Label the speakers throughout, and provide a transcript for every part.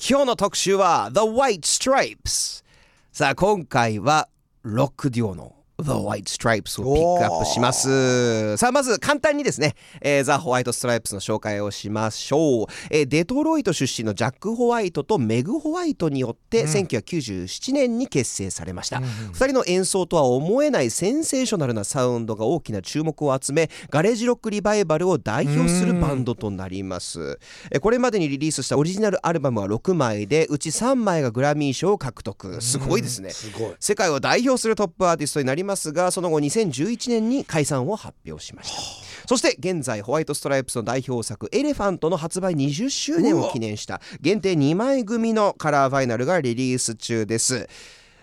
Speaker 1: 今日の特集は The White Stripes さあ今回はロックデュオの The White Stripes をピックアップしますさあまず簡単にですね、えー、ザ・ホワイト・ストライプスの紹介をしましょう、えーデトロイト出身のジャック・ホワイトとメグ・ホワイトによって1997年に結成されました、2人の演奏とは思えないセンセーショナルなサウンドが大きな注目を集めガレージロックリバイバルを代表するバンドとなりますえこれまでにリリースしたオリジナルアルバムは6枚でうち3枚がグラミー賞を獲得すごいですね
Speaker 2: すごい
Speaker 1: 世界を代表するトップアーティストになりますがその後2011年に解散を発表しましたそして現在ホワイトストライプスの代表作「エレファント」の発売20周年を記念した限定2枚組のカラーファイナルがリリース中です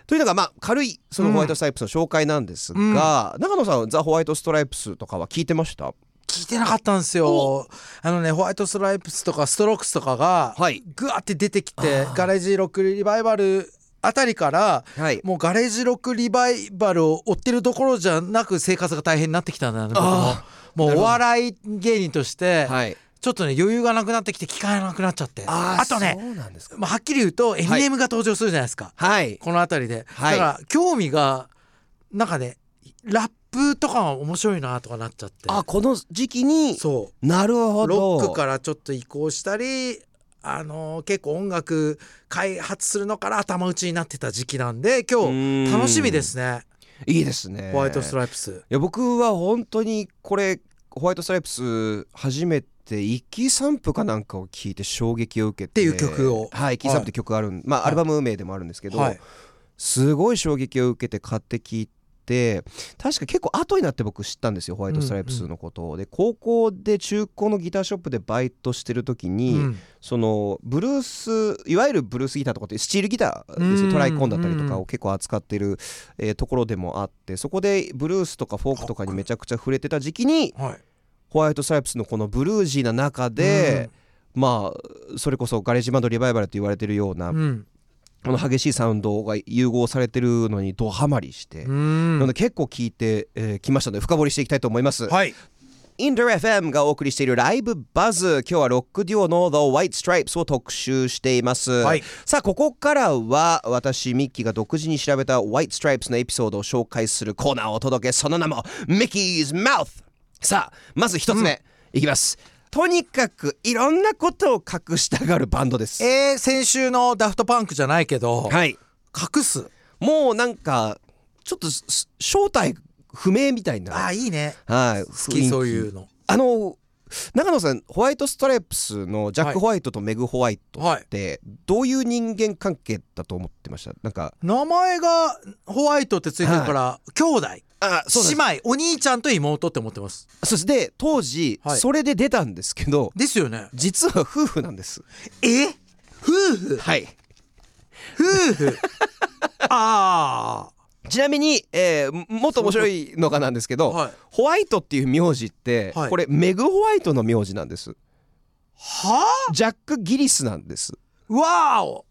Speaker 1: というのがまあ軽いそのホワイトストライプスの紹介なんですが、長野さんザ・ホワイトストライプスとかは聞いてました
Speaker 2: 聞いてなかったんですよあのねホワイトストライプスとかストロークスとかが
Speaker 1: はい
Speaker 2: グワって出てきてガレージロックリバイバルあたりから
Speaker 1: はい
Speaker 2: もうガレージロックリバイバルを追ってるどころじゃなく生活が大変になってきたんだな僕も
Speaker 1: あ
Speaker 2: も
Speaker 1: なるほ
Speaker 2: うお
Speaker 1: ど
Speaker 2: 笑い芸人として
Speaker 1: はい
Speaker 2: ちょっとね余裕がなくなってきて機会がなくなっちゃってあとね
Speaker 1: そうなんですか
Speaker 2: まあはっきり言うとエミネムが登場するじゃないですか、
Speaker 1: はい
Speaker 2: この辺りで、
Speaker 1: はい
Speaker 2: だから興味がなんかねラップとかは面白いなとかなっちゃって
Speaker 1: あこの時期に
Speaker 2: そ
Speaker 1: なるほ
Speaker 2: うロ
Speaker 1: ど
Speaker 2: ックからちょっと移行したりあのー結構音楽開発するのから頭打ちになってた時期なんで
Speaker 1: う
Speaker 2: 今
Speaker 1: ー
Speaker 2: 日
Speaker 1: ん
Speaker 2: 楽しみですね
Speaker 1: いいですね
Speaker 2: ホワイトスト
Speaker 1: ライ
Speaker 2: ライプス、
Speaker 1: プいや僕は本当にこれホワイトストライプス初めて「一気散歩」かなんかを聞いて衝撃を受けて
Speaker 2: っていう曲を
Speaker 1: はい「一気散歩」って曲があるん、まあアルバム名でもあるんですけど、
Speaker 2: はい
Speaker 1: すごい衝撃を受けて買って聞いて確か結構後になって僕知ったんですよホワイトストライプスのことを、で高校で中古のギターショップでバイトしてる時に、
Speaker 2: うん
Speaker 1: そのブルースいわゆるブルースギターとかってスチールギターです
Speaker 2: うん
Speaker 1: よトライコンだったりとか
Speaker 2: う
Speaker 1: を結構扱ってる、えーところでもあってそこでブルースとかフォークとかにめちゃくちゃ触れてた時期に
Speaker 2: はい、
Speaker 1: ホワイトストライプスのこのブルージーな中で、まあそれこそガレージバンドリバイバルと言われてるような、
Speaker 2: うん、うん
Speaker 1: この激しいサウンドが融合されてるのにドハマりして、
Speaker 2: うん
Speaker 1: なので結構聞いてき、えー来ましたので深掘りしていきたいと思います。
Speaker 2: はい
Speaker 1: インド FM がお送りしているライブバズ今日はロックデュオの The White Stripes を特集しています、
Speaker 2: はい
Speaker 1: さあここからは私ミッキーが独自に調べた White Stripes のエピソードを紹介するコーナーをお届けその名もミッキーズ Mouth さあまず一つ目、いきますとにかくいろんなことを隠したがるバンドです
Speaker 2: えー、先週のダフトパンクじゃないけど、
Speaker 1: はい
Speaker 2: 隠す
Speaker 1: もうなんかちょっとすす正体不明みたいな
Speaker 2: あーいいね
Speaker 1: はい
Speaker 2: 好
Speaker 1: 雰囲
Speaker 2: き
Speaker 1: 気
Speaker 2: そういうの
Speaker 1: あの長野さんホワイトストライプスのジャッ
Speaker 2: はい
Speaker 1: ク・ホワイトとメグ・ホワイト
Speaker 2: はい
Speaker 1: ってどういう人間関係だと思ってましたなんか
Speaker 2: 名前がホワイトってついてるから、兄弟
Speaker 1: あ姉妹
Speaker 2: 姉妹お兄ちゃんと妹って思ってます
Speaker 1: そうですで当時
Speaker 2: はい
Speaker 1: それで出たんですけど、
Speaker 2: ですよね
Speaker 1: 実は夫婦なんです
Speaker 2: え夫婦
Speaker 1: はい
Speaker 2: 夫婦あ
Speaker 1: ちなみに、えーもっと面白いのがなんですけど、
Speaker 2: はい
Speaker 1: ホワイトっていう名字って、
Speaker 2: はい
Speaker 1: これメグ・ホワイトの名字なんです
Speaker 2: ーは
Speaker 1: ジャック・ギリスなんです
Speaker 2: あわお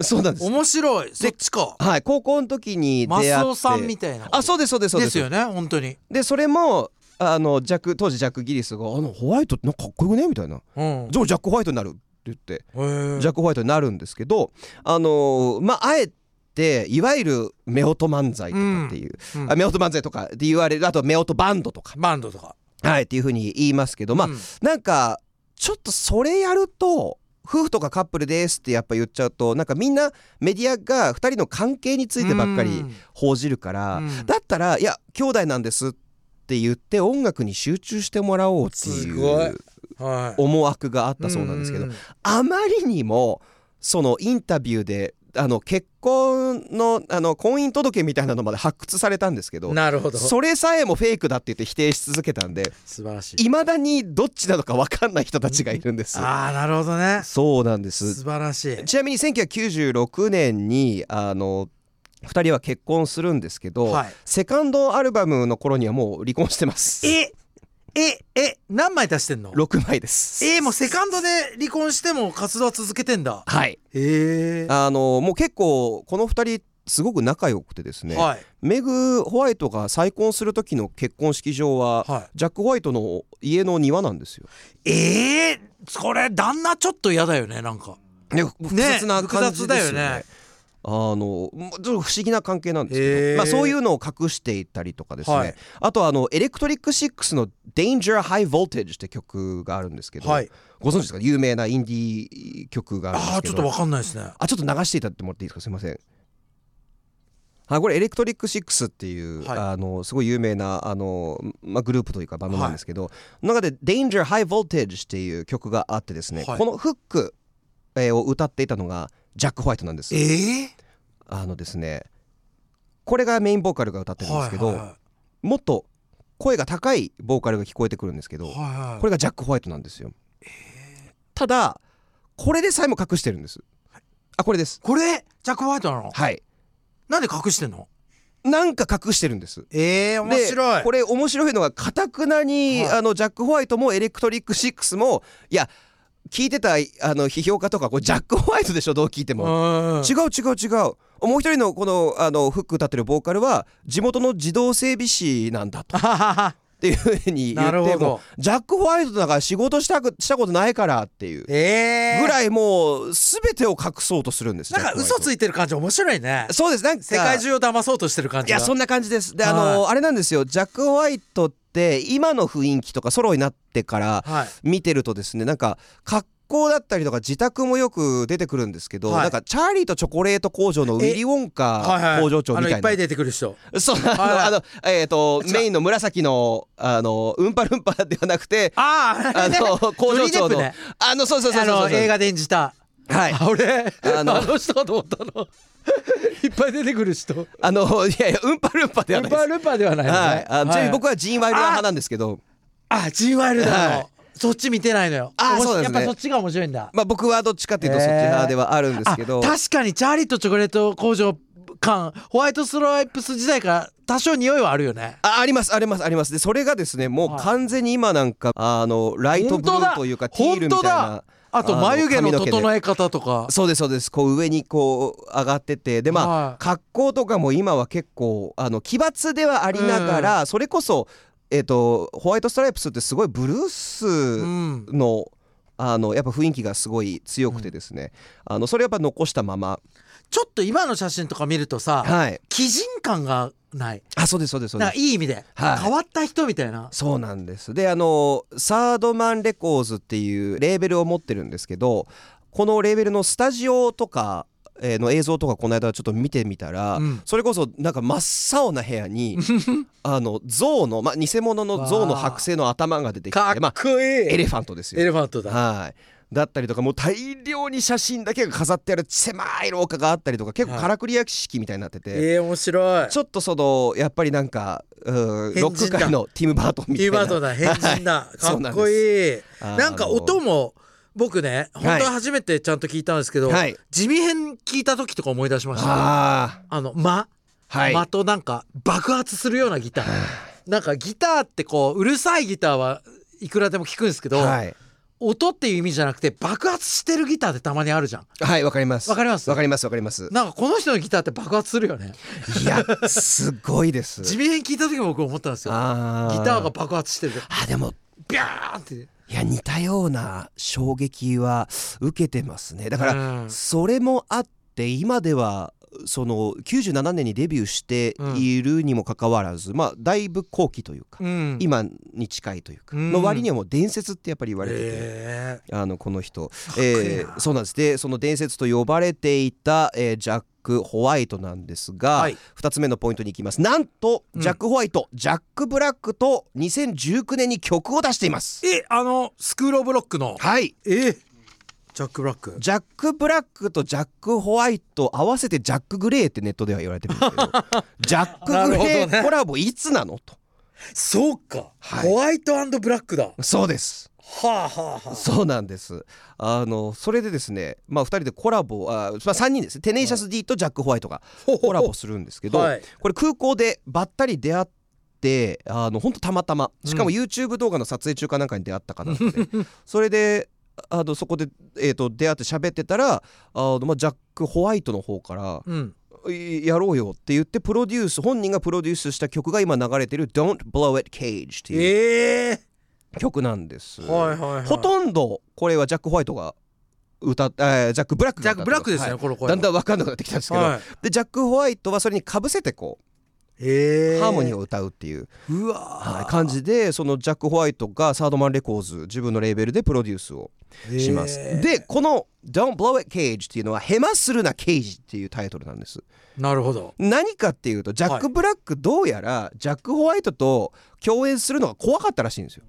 Speaker 1: そうなんです
Speaker 2: 面白いそっちか
Speaker 1: はい高校の時に出
Speaker 2: マ
Speaker 1: 会って
Speaker 2: スオさんみたいな
Speaker 1: あそうですそうですそうです
Speaker 2: ですよね本当に
Speaker 1: でそれもあのジャック当時ジャック・ギリスが「あのホワイトってなんかかっこよくね?」みたいな
Speaker 2: う
Speaker 1: 「
Speaker 2: ん
Speaker 1: じゃあジャック・ホワイトになる」って言ってジ
Speaker 2: じ
Speaker 1: ャ
Speaker 2: ゃ
Speaker 1: ック・ホワイトになるんですけどあのーまああえていわゆる夫婦漫才とかっていう、
Speaker 2: うん
Speaker 1: あ夫婦漫才とかって言われるあと夫婦バンドとか、
Speaker 2: バンドとか
Speaker 1: はい、っていうふうに言いますけどまあ、
Speaker 2: うん
Speaker 1: なんかちょっとそれやると夫婦とかカップルですってやっぱ言っちゃうとなんかみんなメディアが2人の関係についてばっかり
Speaker 2: うん
Speaker 1: 報じるから、
Speaker 2: うん
Speaker 1: だったらいや兄弟なんですって言って音楽に集中してもらおうって
Speaker 2: す
Speaker 1: い
Speaker 2: ごいうはい
Speaker 1: 思惑があったそうなんですけど
Speaker 2: うん
Speaker 1: あまりにもそのインタビューであの結婚のあの婚姻届みたいなのまで発掘されたんですけど
Speaker 2: なるほど素
Speaker 1: それさえもフェイクだって言って否定し続けたんで
Speaker 2: 晴らしい
Speaker 1: いまだにどっちなのか分かんない人たちがいるんです。
Speaker 2: ああなるほどね
Speaker 1: そうなんです
Speaker 2: 素晴らしい
Speaker 1: ちなみに1996年にあの2人は結婚するんですけど、
Speaker 2: はい
Speaker 1: セカンドアルバムの頃にはもう離婚してます
Speaker 2: えええ何枚出してんの
Speaker 1: 6枚です
Speaker 2: えー、もうセカンドで離婚しても活動は続けてんだ
Speaker 1: はい
Speaker 2: ええ
Speaker 1: あのもう結構この2人すごく仲良くてですね、
Speaker 2: はい
Speaker 1: メグ・ホワイトが再婚する時の結婚式場は、
Speaker 2: は
Speaker 1: ジャック・ホワイトの家の庭なんですよ
Speaker 2: いええそれ旦那ちょっと嫌だよねなんか
Speaker 1: ね複雑な感じですよね
Speaker 2: 複雑だよね
Speaker 1: あのもうちょっと不思議な関係なんです
Speaker 2: へ
Speaker 1: け
Speaker 2: ー
Speaker 1: ど、まあ、そういうのを隠していたりとかですね、
Speaker 2: はい
Speaker 1: あとはあのエレクトリック・シックスの「Danger High Voltage」って曲があるんですけど、
Speaker 2: はい
Speaker 1: ご存知ですか有名なインディー曲があるんで
Speaker 2: あ
Speaker 1: す
Speaker 2: あ
Speaker 1: け
Speaker 2: ちょ
Speaker 1: ど
Speaker 2: っとわかんないですね
Speaker 1: あちょっと流していただいてもらっていいですかすいませんはいこれエレクトリック・シックスっていう、
Speaker 2: はい
Speaker 1: あのすごい有名なあの、まあ、グループというかバンドなんですけど、中で「Danger High Voltage」っていう曲があってですね、
Speaker 2: はい
Speaker 1: このフック、えーを歌っていたのがジャック・ホワイトなんです
Speaker 2: ええ
Speaker 1: あのですねこれがメインボーカルが歌ってるんですけど、
Speaker 2: はいはい
Speaker 1: もっと声が高いボーカルが聞こえてくるんですけど、
Speaker 2: はいはい
Speaker 1: これがジャック・ホワイトなんですよ、ただこれでさえも隠してるんです、あこれです
Speaker 2: これジャック・ホワイトなの
Speaker 1: はい
Speaker 2: なんで隠してんの
Speaker 1: なんか隠してるんです
Speaker 2: ええ
Speaker 1: で
Speaker 2: 面白い
Speaker 1: これ面白いのがかたくなに、
Speaker 2: はい
Speaker 1: あのジャック・ホワイトもエレクトリック・シックスもいや聞いてたあの批評家とかこれジャック・ホワイトでしょどう聞いても、
Speaker 2: うん
Speaker 1: 違う違う違うもう一人のこのあのフック歌ってるボーカルは地元の自動整備士なんだと
Speaker 2: あははは
Speaker 1: っていうふうに言
Speaker 2: なる
Speaker 1: っ
Speaker 2: ほ
Speaker 1: て
Speaker 2: ど
Speaker 1: もジャック・ホワイトだから仕事したくしたことないからっていう
Speaker 2: ええ
Speaker 1: ぐらいもう全てを隠そうとするんです
Speaker 2: なんか嘘つ
Speaker 1: い
Speaker 2: いてる感じ面白いね
Speaker 1: そうですなんか
Speaker 2: 世界中を騙そうとしてる感
Speaker 1: い
Speaker 2: じが
Speaker 1: やそんな感じですで
Speaker 2: はい
Speaker 1: あのあれなんですよジャック・ホワイトって今の雰囲気とかソロになってから
Speaker 2: はい
Speaker 1: 見てるとですねなんか格好だったりとか自宅もよく出てくるんですけど、
Speaker 2: はい
Speaker 1: なんかチャーリーとチョコレート工場のウィリー・ウォン
Speaker 2: はいは
Speaker 1: カ
Speaker 2: い
Speaker 1: 工場長みた
Speaker 2: あのい
Speaker 1: い
Speaker 2: っ
Speaker 1: な
Speaker 2: ぱい出てくる人
Speaker 1: そう
Speaker 2: はい
Speaker 1: あのあのえっ、と
Speaker 2: 違う
Speaker 1: メインの紫のあのうんぱるんぱではなくて
Speaker 2: ああ
Speaker 1: あの工場長
Speaker 2: ジョニーデップ
Speaker 1: の、
Speaker 2: ね
Speaker 1: あのそうそうそう
Speaker 2: あ
Speaker 1: そう
Speaker 2: の
Speaker 1: そう
Speaker 2: 映画で演じた
Speaker 1: はい
Speaker 2: あ俺 あ
Speaker 1: あの
Speaker 2: の人かと思ったの いっぱい出てくる人ル
Speaker 1: あのいやいやうんぱるんぱではない
Speaker 2: ー
Speaker 1: で
Speaker 2: パ
Speaker 1: す
Speaker 2: ールーパーではないのね
Speaker 1: はいあのちなみに僕
Speaker 2: は
Speaker 1: はジーン・ワイルダー派なんですけど
Speaker 2: あジーワイルダー
Speaker 1: はい
Speaker 2: のそっち見てないのよ
Speaker 1: あー
Speaker 2: おもし
Speaker 1: そうなんですね
Speaker 2: やっぱそっちが面白いんだ
Speaker 1: まあ僕はどっちかというとそっち派ではあるんですけど、
Speaker 2: あ確かにチャーリーとチョコレート工場感ホワイトストライプス時代から多少匂いはあるよね
Speaker 1: あありますありますありますでそれがですねもう
Speaker 2: はい
Speaker 1: 完全に今なんかあのライト
Speaker 2: 本
Speaker 1: ブル
Speaker 2: 当だ
Speaker 1: ーというかティールみ
Speaker 2: 本
Speaker 1: た
Speaker 2: 当
Speaker 1: いな
Speaker 2: だあと
Speaker 1: の
Speaker 2: 眉毛の
Speaker 1: 髪毛で
Speaker 2: 整え方とか
Speaker 1: そうですそうですこう上にこう上がっててでまあ、
Speaker 2: はい
Speaker 1: 格好とかも今は結構あの奇抜ではありながら、それこそ、えっとホワイト・ストライプスってすごいブルー
Speaker 2: う
Speaker 1: ス
Speaker 2: ん
Speaker 1: の,、あのやっぱ雰囲気がすごい強くてですね、あのそれやっぱ残したまま
Speaker 2: ちょっと今の写真とか見るとさ
Speaker 1: はい
Speaker 2: 鬼人感がない
Speaker 1: あそうですそうですそう
Speaker 2: な
Speaker 1: で
Speaker 2: んか
Speaker 1: す
Speaker 2: いい意味で
Speaker 1: はい
Speaker 2: 変わった人みたいな
Speaker 1: そうなんですであのサードマンレコーズっていうレーベルを持ってるんですけどこのレーベルのスタジオとかえーの映像とかこの間ちょっと見てみたら、
Speaker 2: うん
Speaker 1: それこそなんか真っ青な部屋 にあの象の、まあ、偽物の象の剥製の頭が出てき
Speaker 2: か
Speaker 1: て、ま
Speaker 2: っ
Speaker 1: あ、
Speaker 2: こいい
Speaker 1: エ
Speaker 2: エ
Speaker 1: レ
Speaker 2: レ
Speaker 1: ファントですよ
Speaker 2: ファントだ
Speaker 1: はい、だったりとかもう大量に写真だけが飾ってある狭い廊下があったりとか結構からくり屋敷みたいになってて、
Speaker 2: えー面白い
Speaker 1: ちょっとそのやっぱりなんかうーん
Speaker 2: 変人だ
Speaker 1: ロック界のティム・バートンみたい
Speaker 2: ティー
Speaker 1: な
Speaker 2: バートンだ変人だ
Speaker 1: い
Speaker 2: か
Speaker 1: そうなんで
Speaker 2: っ
Speaker 1: す
Speaker 2: こいい
Speaker 1: あー
Speaker 2: なんか音も僕ね本当
Speaker 1: はい
Speaker 2: は初めてちゃんと聞いたんですけど
Speaker 1: はい
Speaker 2: 地味編聞いた時とか思い出しました
Speaker 1: あ
Speaker 2: あの間
Speaker 1: あはい、
Speaker 2: 間となんか爆発するようなギターなんかギターってこううるさいギターはいくらでも聞くんですけど
Speaker 1: はい
Speaker 2: 音っていう意味じゃなくて爆発してるギターってたまにあるじゃん
Speaker 1: はいわかります
Speaker 2: わかります
Speaker 1: わかりますわかります
Speaker 2: なんかこの人のギターって爆発するよね
Speaker 1: いやすごい です
Speaker 2: 地味編聞いた時も僕思ったんですよ
Speaker 1: あ
Speaker 2: ギターが爆発してる
Speaker 1: あでも
Speaker 2: ビャーンって
Speaker 1: いや似たような衝撃は受けてますねだから、
Speaker 2: うん
Speaker 1: それもあって今ではその97年にデビューしているにもかかわらず、まあだいぶ後期というか、
Speaker 2: うん
Speaker 1: 今に近いというか、
Speaker 2: うん
Speaker 1: の割にはもう伝説ってやっぱり言われてて、
Speaker 2: え
Speaker 1: あのこの人
Speaker 2: こいいな
Speaker 1: ーそうなんですでその伝説と呼ばれていた、えージャック・ホワイトなんですが、
Speaker 2: はい
Speaker 1: 2つ目のポイントに行きますなんと
Speaker 2: うん
Speaker 1: ジャック・ホワイト、ジャック・ブラックと2019年に曲を出しています
Speaker 2: えあのスクール・オブ・ロックの
Speaker 1: はい
Speaker 2: えジャック・ブラック
Speaker 1: ジャック・ブラックとジャック・ホワイト合わせてジャック・グレーってネットでは言われてるんです けどジャック・グレ
Speaker 2: なるほどね
Speaker 1: ーコラボいつなのと
Speaker 2: そうか、
Speaker 1: はい
Speaker 2: ホワイトブラックだは
Speaker 1: そうです
Speaker 2: あはあは
Speaker 1: そうなんですあのそれでですねまあ2人でコラボあ、まあ、3人ですねテネイシャス D とジャック・ホワイトが
Speaker 2: あ
Speaker 1: コラボするんですけど、
Speaker 2: はい
Speaker 1: これ空港でばったり出会ってあの本当たまたましかも YouTube 動画の撮影中かなんかに出会った方なので、 それであのそこで、えー、と出会って喋ってたらあの、まあ、ジャック・ホワイトの方から
Speaker 2: うん
Speaker 1: 「いやろうよ」って言ってプロデュース本人がプロデュースした曲が今流れてる「Don't Blow It Cage」っていう
Speaker 2: ええ
Speaker 1: 曲なんです。
Speaker 2: はいはいはい
Speaker 1: ほとんどこれはジャック・ホワイトが歌っ、えージャック・ブラック
Speaker 2: ジャ
Speaker 1: が
Speaker 2: ッ
Speaker 1: 歌っ
Speaker 2: クブ
Speaker 1: た
Speaker 2: ラックですね、
Speaker 1: はい
Speaker 2: この声
Speaker 1: だんだん分かんなくなってきたんですけど、
Speaker 2: はい
Speaker 1: でジャック・ホワイトはそれにかぶせてこう、
Speaker 2: へー
Speaker 1: ハーモニーを歌うっていう、
Speaker 2: うわ
Speaker 1: はい
Speaker 2: ー
Speaker 1: 感じでそのジャック・ホワイトがサードマンレコーズ自分のレーベルでプロデュースをします、
Speaker 2: へー
Speaker 1: でこの「Don't Blow It Cage」っていうのは「ヘマするなケージ」っていうタイトルなんです
Speaker 2: なるほど
Speaker 1: 何かっていうとジャッ
Speaker 2: は
Speaker 1: ク・ブラックどうやらジャック・ホワイトと共演するのが怖かったらしいんですよ、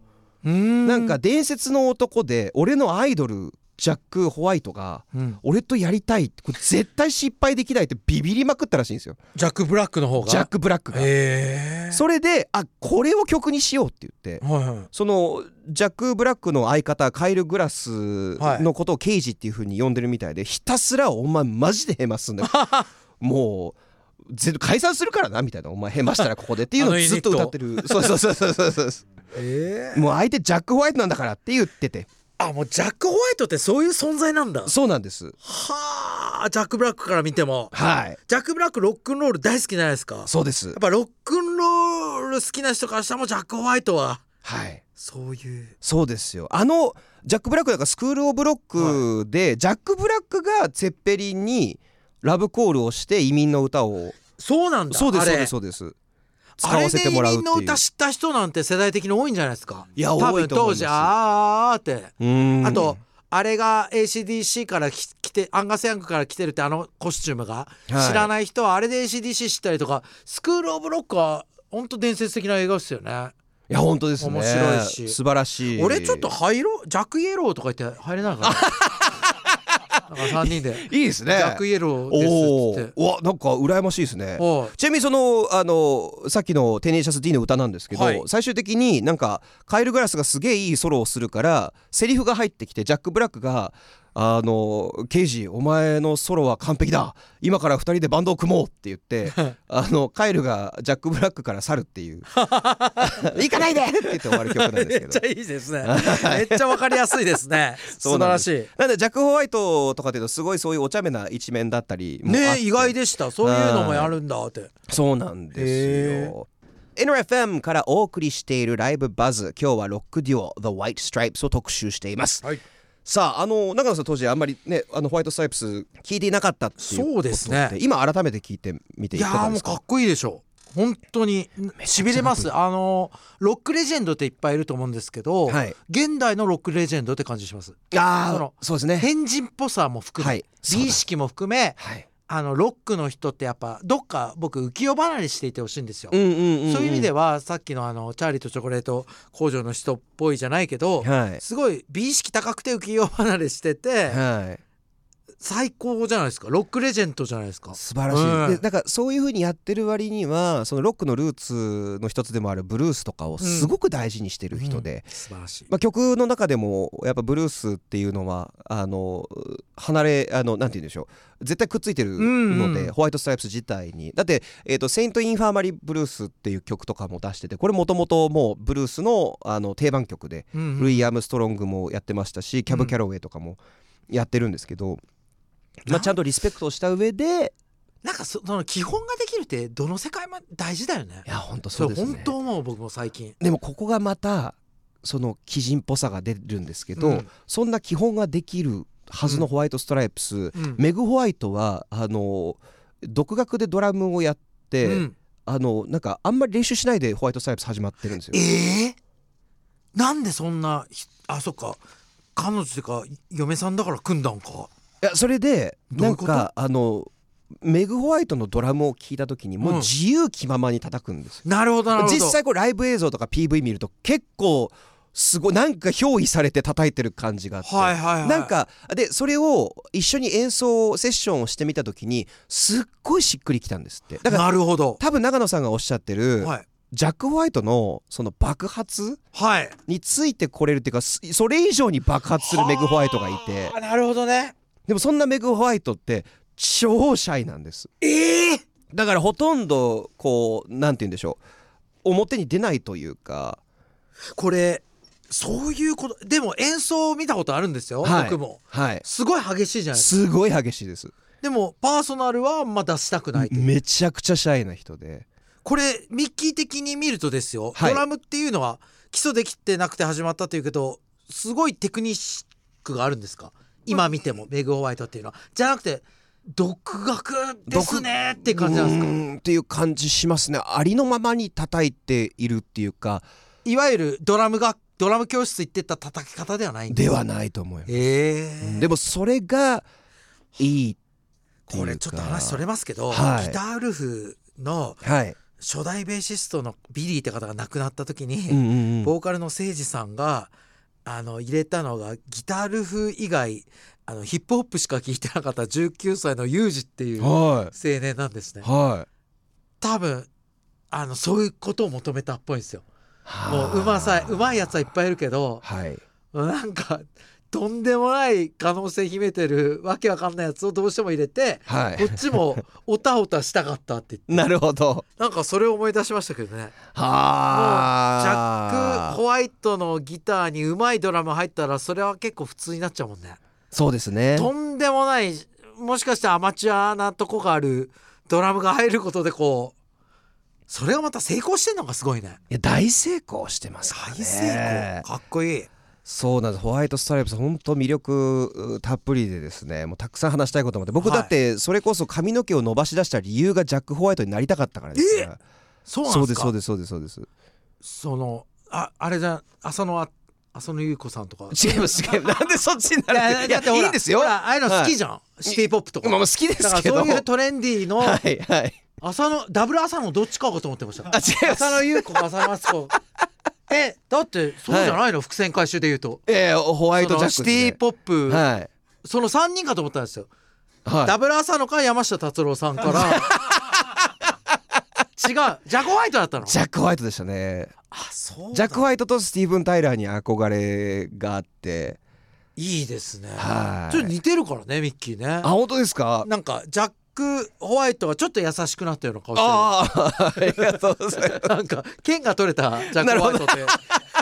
Speaker 2: うーん
Speaker 1: なんか伝説の男で俺のアイドルジャック・ホワイトが
Speaker 2: うん
Speaker 1: 俺とやりたいってこれ絶対失敗できないってビビりまくったらしいんですよ
Speaker 2: ジャック・ブラックの方が
Speaker 1: ジャック・ブラックが、
Speaker 2: へえ
Speaker 1: それであこれを曲にしようって言って
Speaker 2: はいはい
Speaker 1: そのジャック・ブラックの相方カイル・グラスのことをケイジっていう風に呼んでるみたいで、ひたすら「お前マジでヘマすん だよもう全部解散するからな」みたいな「お前ヘマしたらここで」っていうのをずっと歌ってる そうそうそうそうそうそう
Speaker 2: ええ
Speaker 1: もう相手ジャック・ホワイトなんだからって言ってて
Speaker 2: あもうジャック・ホワイトってそういう存在なんだ
Speaker 1: そうなんです
Speaker 2: はあジャック・ブラックから見ても
Speaker 1: はい
Speaker 2: ジャック・ブラックロックンロール大好きじゃないですかやっ
Speaker 1: そうです
Speaker 2: ぱロックンロール好きな人からしたらもうジャック・ホワイトは
Speaker 1: はい
Speaker 2: そういう
Speaker 1: そうですよあのジャック・ブラックだからスクール・オブ・ロックで、ジャック・ブラックがゼッペリンにラブコールをして移民の歌を
Speaker 2: そうなんだ
Speaker 1: そうです
Speaker 2: あ
Speaker 1: そう
Speaker 2: れ
Speaker 1: ですそうです使わせてもらうっていう
Speaker 2: あれで移民の歌知った人なんて世代的に多いんじゃないですか
Speaker 1: いや
Speaker 2: 多
Speaker 1: 多
Speaker 2: 分
Speaker 1: いと思いま
Speaker 2: 当
Speaker 1: す
Speaker 2: 時あーあーって、
Speaker 1: うん
Speaker 2: あとあれが ACDC からき来てアンガス・ヤングから来てるってあのコスチュームが、
Speaker 1: はい
Speaker 2: 知らない人はあれで ACDC 知ったりとかスクール・オブ・ロックは本当伝説的な映画ですよね、
Speaker 1: いや本当ですね
Speaker 2: 面白いし
Speaker 1: 素晴らしい
Speaker 2: 俺ちょっと入ろうジャック・イエローとか言って入れないか ななんか3人で、
Speaker 1: いいです
Speaker 2: ジ
Speaker 1: ね
Speaker 2: ャック・イエロー
Speaker 1: お
Speaker 2: ですっ
Speaker 1: ー
Speaker 2: つって
Speaker 1: うわなんか羨ましいですね
Speaker 2: おう
Speaker 1: ちなみにそのあのさっきの「テネシャス D」の歌なんですけど、
Speaker 2: はい
Speaker 1: 最終的になんかカイル・グラスがすげえいいソロをするからセリフが入ってきてジャック・ブラックが「あのケイジお前のソロは完璧だ今から2人でバンドを組もう」って言っ てあのカイルがジャック・ブラックから去るっていう「行かないで!」って言って終わる曲なん
Speaker 2: め
Speaker 1: ですけ
Speaker 2: っ
Speaker 1: ど
Speaker 2: ち。ゃいいですね めっちゃわかりやすいですね
Speaker 1: そう
Speaker 2: 素晴
Speaker 1: なん
Speaker 2: ら
Speaker 1: で
Speaker 2: しい
Speaker 1: すなんでジャック・ホワイトとかっていうとすごいそういうお茶目な一面だったりもあっ
Speaker 2: ね
Speaker 1: て
Speaker 2: 意外でしたそういうのもやるんだって
Speaker 1: そうなんですよ。NRFM からお送りしているライブバズ今日はロックデュオ The White Stripes を特集しています、
Speaker 2: はい
Speaker 1: さああの長野さん当時あんまりねあのホワイトストライプス聞いていなかったっていうこと
Speaker 2: そうですね
Speaker 1: で今改めて聞いてみてい
Speaker 2: いや
Speaker 1: かが
Speaker 2: ー
Speaker 1: で
Speaker 2: も
Speaker 1: す
Speaker 2: うか
Speaker 1: か
Speaker 2: っこいいでしょ本当にしびれますあのロックレジェンドっていっぱいいると思うんですけど、
Speaker 1: はい
Speaker 2: 現代のロックレジェンドって感じします
Speaker 1: あ
Speaker 2: そ
Speaker 1: ー
Speaker 2: の
Speaker 1: そうですね
Speaker 2: 変人っぽさも含め、
Speaker 1: はいそうだ
Speaker 2: 美意識も含め
Speaker 1: はい
Speaker 2: あのロックの人ってやっぱどっか僕浮世離れしていてほしいんですよ、
Speaker 1: うんうんうんん
Speaker 2: そういう意味ではさっきのあのチャーリーとチョコレート工場の人っぽいじゃないけど、
Speaker 1: はい
Speaker 2: すごい美意識高くて浮世離れしてて、
Speaker 1: はい
Speaker 2: 最高じゃないですかロックレジェンドじゃないですか
Speaker 1: 素晴らしい、
Speaker 2: うん
Speaker 1: でだからそういうふうにやってる割にはそのロックのルーツの一つでもあるブルースとかをすごく大事にしてる人で、
Speaker 2: 素晴らしい
Speaker 1: まあ、曲の中でもやっぱブルースっていうのはあの離れあのなんて言うんでしょう絶対くっついてる
Speaker 2: んうん
Speaker 1: ので、ホワイト・ストライプス自体にだって、えーと「セイント・インファーマリー・ブルース」っていう曲とかも出しててこれもともともうブルースのあの定番曲で、
Speaker 2: うんうん
Speaker 1: ルイ・アームストロングもやってましたしキャブ・キャロウェイとかもやってるんですけど、まあ、ちゃんとリスペクトをした上で
Speaker 2: なんかそその基本ができるってどの世界も大事だよね
Speaker 1: い。や本当そ
Speaker 2: そうれ
Speaker 1: ですね
Speaker 2: 本当思う僕も最近。
Speaker 1: でもここがまたその鬼人っぽさが出るんですけど、
Speaker 2: うん
Speaker 1: そんな基本ができるはずのホワイト・ストライプス、
Speaker 2: うん
Speaker 1: メグ・ホワイトはあの独学でドラムをやって、
Speaker 2: うん
Speaker 1: あのなんかあんまり練習しないでホワイト・ストライプス始まってるんですよ。
Speaker 2: ええなんでそんなひあそっか彼女っていうか嫁さんだから組んだんか。
Speaker 1: いやそれで
Speaker 2: どう
Speaker 1: ない
Speaker 2: うんこと
Speaker 1: かあのメグ・ホワイトのドラムを聞いた時にもううん自由気ままに叩くんですよ。
Speaker 2: なるほどなるほど。
Speaker 1: 実際こうライブ映像とか PV 見ると結構すごいなんか憑依されて叩いてる感じがあって、
Speaker 2: はいはいはい。
Speaker 1: なんかでそれを一緒に演奏セッションをしてみた時にすっごいしっくりきたんですってだから
Speaker 2: なるほど。
Speaker 1: 多分長野さんがおっしゃってる、
Speaker 2: はい
Speaker 1: ジャック・ホワイトのその爆発
Speaker 2: はい。
Speaker 1: についてこれるっていうかすそれ以上に爆発するメグ・ホワイトがいて
Speaker 2: あなるほどね。
Speaker 1: でもそんなメグ・ホワイトって超シャイなんです
Speaker 2: ええ
Speaker 1: だからほとんどこうなんて言うんでしょう表に出ないというか
Speaker 2: これそういうことでも演奏を見たことあるんですよ、
Speaker 1: はい
Speaker 2: 僕も。
Speaker 1: はい
Speaker 2: すごい激しいじゃないですか。
Speaker 1: すごい激しいです
Speaker 2: でもパーソナルはあんま出したくないという
Speaker 1: めちゃくちゃシャイな人で
Speaker 2: これミッキー的に見るとですよ、
Speaker 1: はい
Speaker 2: ドラムっていうのは基礎できてなくて始まったというけどすごいテクニックがあるんですか今見てもメグ・ホワイトっていうのはじゃなくて独学ですねって感じなんですか
Speaker 1: うーんっていう感じしますねありのままに叩いているっていうか
Speaker 2: いわゆるドラムがドラム教室行ってた叩き方ではないん
Speaker 1: ではないと思います、
Speaker 2: ええ
Speaker 1: でもそれがいいっていうか
Speaker 2: これちょっと話それますけど、
Speaker 1: はい
Speaker 2: ギターウルフの
Speaker 1: はい、
Speaker 2: 初代ベーシストのビリーって方が亡くなった時
Speaker 1: う
Speaker 2: に、
Speaker 1: んうんうん、
Speaker 2: ボーカルの誠司さんがあの入れたのがギターウルフ以外あのヒップホップしか聴いてなかった19歳のユージっていう青
Speaker 1: は
Speaker 2: 年なんですね
Speaker 1: いはい
Speaker 2: 多分あのそういうことを求めたっぽいんですよも
Speaker 1: は
Speaker 2: ううまさ
Speaker 1: あ
Speaker 2: うまいやつはいっぱいいるけど
Speaker 1: はい
Speaker 2: なんかとんでもない可能性秘めてるわけわかんないやつをどうしても入れて
Speaker 1: は
Speaker 2: こ
Speaker 1: い
Speaker 2: っち もおたおたしたかったって言っ
Speaker 1: な
Speaker 2: て
Speaker 1: るほど
Speaker 2: なんかそれを思い出しましたけどね
Speaker 1: は
Speaker 2: ジャック・
Speaker 1: あ
Speaker 2: ホワイトのギターにうまいドラム入ったらそれは結構普通になっちゃうもんね
Speaker 1: そうですね
Speaker 2: とんでもないもしかしてアマチュアなとこがあるドラムが入ることでこうそれがまた成功してんのがすごいね
Speaker 1: いや大成功してますから
Speaker 2: 大
Speaker 1: ね
Speaker 2: 成功かっこいい
Speaker 1: そうなんですホワイトストライプス本当魅力うたっぷりでですねもうたくさん話したいこともあって僕
Speaker 2: はい
Speaker 1: だってそれこそ髪の毛を伸ばし出した理由がジャック・ホワイトになりたかったからですから
Speaker 2: そうな
Speaker 1: そ
Speaker 2: ん
Speaker 1: う
Speaker 2: で
Speaker 1: ですす
Speaker 2: か
Speaker 1: そうですそうですそうです
Speaker 2: そのああれじゃ浅野あ浅野ゆう子さんとか
Speaker 1: 違います違いますなんでそっちにな るいや
Speaker 2: だってほら
Speaker 1: いいですよ
Speaker 2: ほ
Speaker 1: ま
Speaker 2: らああいうの好きじゃん、シティポップとか
Speaker 1: あまあ好きで
Speaker 2: だ
Speaker 1: す
Speaker 2: から
Speaker 1: けど
Speaker 2: そういうトレンディーの
Speaker 1: はいはい
Speaker 2: 浅野ダブル浅野どっちかかと思ってまし
Speaker 1: あ違
Speaker 2: た
Speaker 1: います
Speaker 2: 浅野ゆう子か浅野敦 子えだってそうじゃないの、伏線回収で言うと
Speaker 1: ええホワイトジャ
Speaker 2: その
Speaker 1: ック
Speaker 2: シ
Speaker 1: ですね
Speaker 2: ティポップ、
Speaker 1: はい
Speaker 2: その3人かと思ったんですよ、
Speaker 1: は
Speaker 2: ダブル浅野か山下達郎さんから 違うジャコホワイトだったの
Speaker 1: いジャック・ホワイトでしたね
Speaker 2: あそうだ
Speaker 1: ジャック・ホワイトとスティーブン・タイラーに憧れがあって
Speaker 2: いいですね
Speaker 1: はい
Speaker 2: ちょっと似てるからねミッキーね
Speaker 1: あ本当ですか
Speaker 2: なんかジャック・ホワイトはちょっと優しくなったような顔してる
Speaker 1: ああありがとうございます
Speaker 2: なんか剣が取れたジャック・ホワイトって はい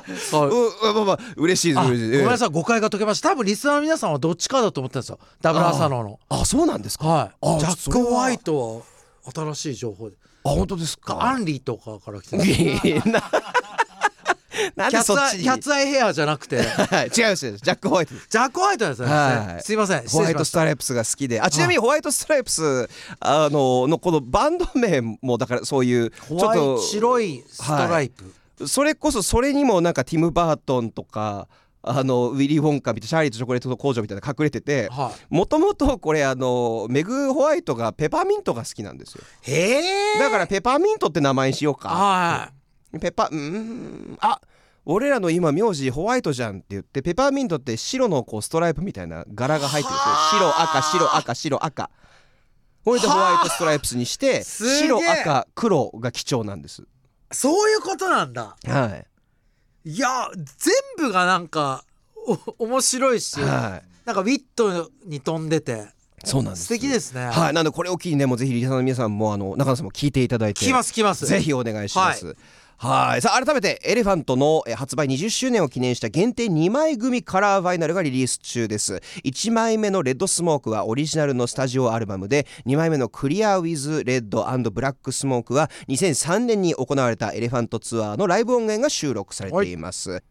Speaker 1: うんまあまあ嬉しいです
Speaker 2: あご
Speaker 1: 嬉しいです
Speaker 2: めんなさい誤解が解けました多分リスナーの皆さんはどっちかだと思ってたんですよダブルアサノの
Speaker 1: あそうなんですか
Speaker 2: はい
Speaker 1: あ
Speaker 2: ジャ
Speaker 1: そ
Speaker 2: ッ
Speaker 1: れ
Speaker 2: ク・
Speaker 1: は
Speaker 2: ホワイトは新しい情報で
Speaker 1: あ本当ですか
Speaker 2: アンリーとかから来てるキ
Speaker 1: いやななんで
Speaker 2: ャッ
Speaker 1: そ
Speaker 2: ツ
Speaker 1: っ
Speaker 2: ア
Speaker 1: ち
Speaker 2: イ
Speaker 1: に
Speaker 2: キャッツアイヘアじゃな くて
Speaker 1: はい違います違いますジャック・ホワイトです
Speaker 2: ジャック・ホワイトですよ
Speaker 1: は
Speaker 2: ね
Speaker 1: い
Speaker 2: すいません
Speaker 1: ホ
Speaker 2: 失礼
Speaker 1: ワイ
Speaker 2: しま
Speaker 1: ト
Speaker 2: し
Speaker 1: ス
Speaker 2: た
Speaker 1: トライプスが好きであちなみにホワイトストライプスあののこのバンド名もだからそういうち
Speaker 2: ホ
Speaker 1: ょっ
Speaker 2: ワイ
Speaker 1: と
Speaker 2: ト白いストライプ
Speaker 1: それこそそれにもなんかティム・バートンとかあのウィリー・ウォンカみたいなシャーリーとチョコレート工場みたいなの隠れてて
Speaker 2: は
Speaker 1: もともとこれあのメグ・ホワイトがペパーミントが好きなんですよ
Speaker 2: いへえ
Speaker 1: だからペパーミントって名前にしようか
Speaker 2: は
Speaker 1: ペパうーんあ俺らの今名字ホワイトじゃんって言ってペパーミントって白のこうストライプみたいな柄が入ってるんですよ白赤白赤白赤これでホワイトストライプスにして
Speaker 2: すげえ
Speaker 1: 白赤黒が貴重なんです
Speaker 2: いそういうことなんだ
Speaker 1: はい
Speaker 2: や全部がなんかお面白いし
Speaker 1: い
Speaker 2: なん
Speaker 1: はい
Speaker 2: かウィットに飛んでて
Speaker 1: そうなんです
Speaker 2: 素敵ですね
Speaker 1: はいなのでこれを機にねもうぜひリサの皆さんもあの中野さんも聞いていただいて
Speaker 2: 聞きます聞きます
Speaker 1: ぜひお願いします。はいさあ改めてエレファントのえー発売20周年を記念した限定2枚組カラーファイナルがリリース中です1枚目の「レッドスモーク」はオリジナルのスタジオアルバムで2枚目の「クリア・ウィズ・レッドブラック・スモーク」は2003年に行われたエレファントツアーのライブ音源が収録されています、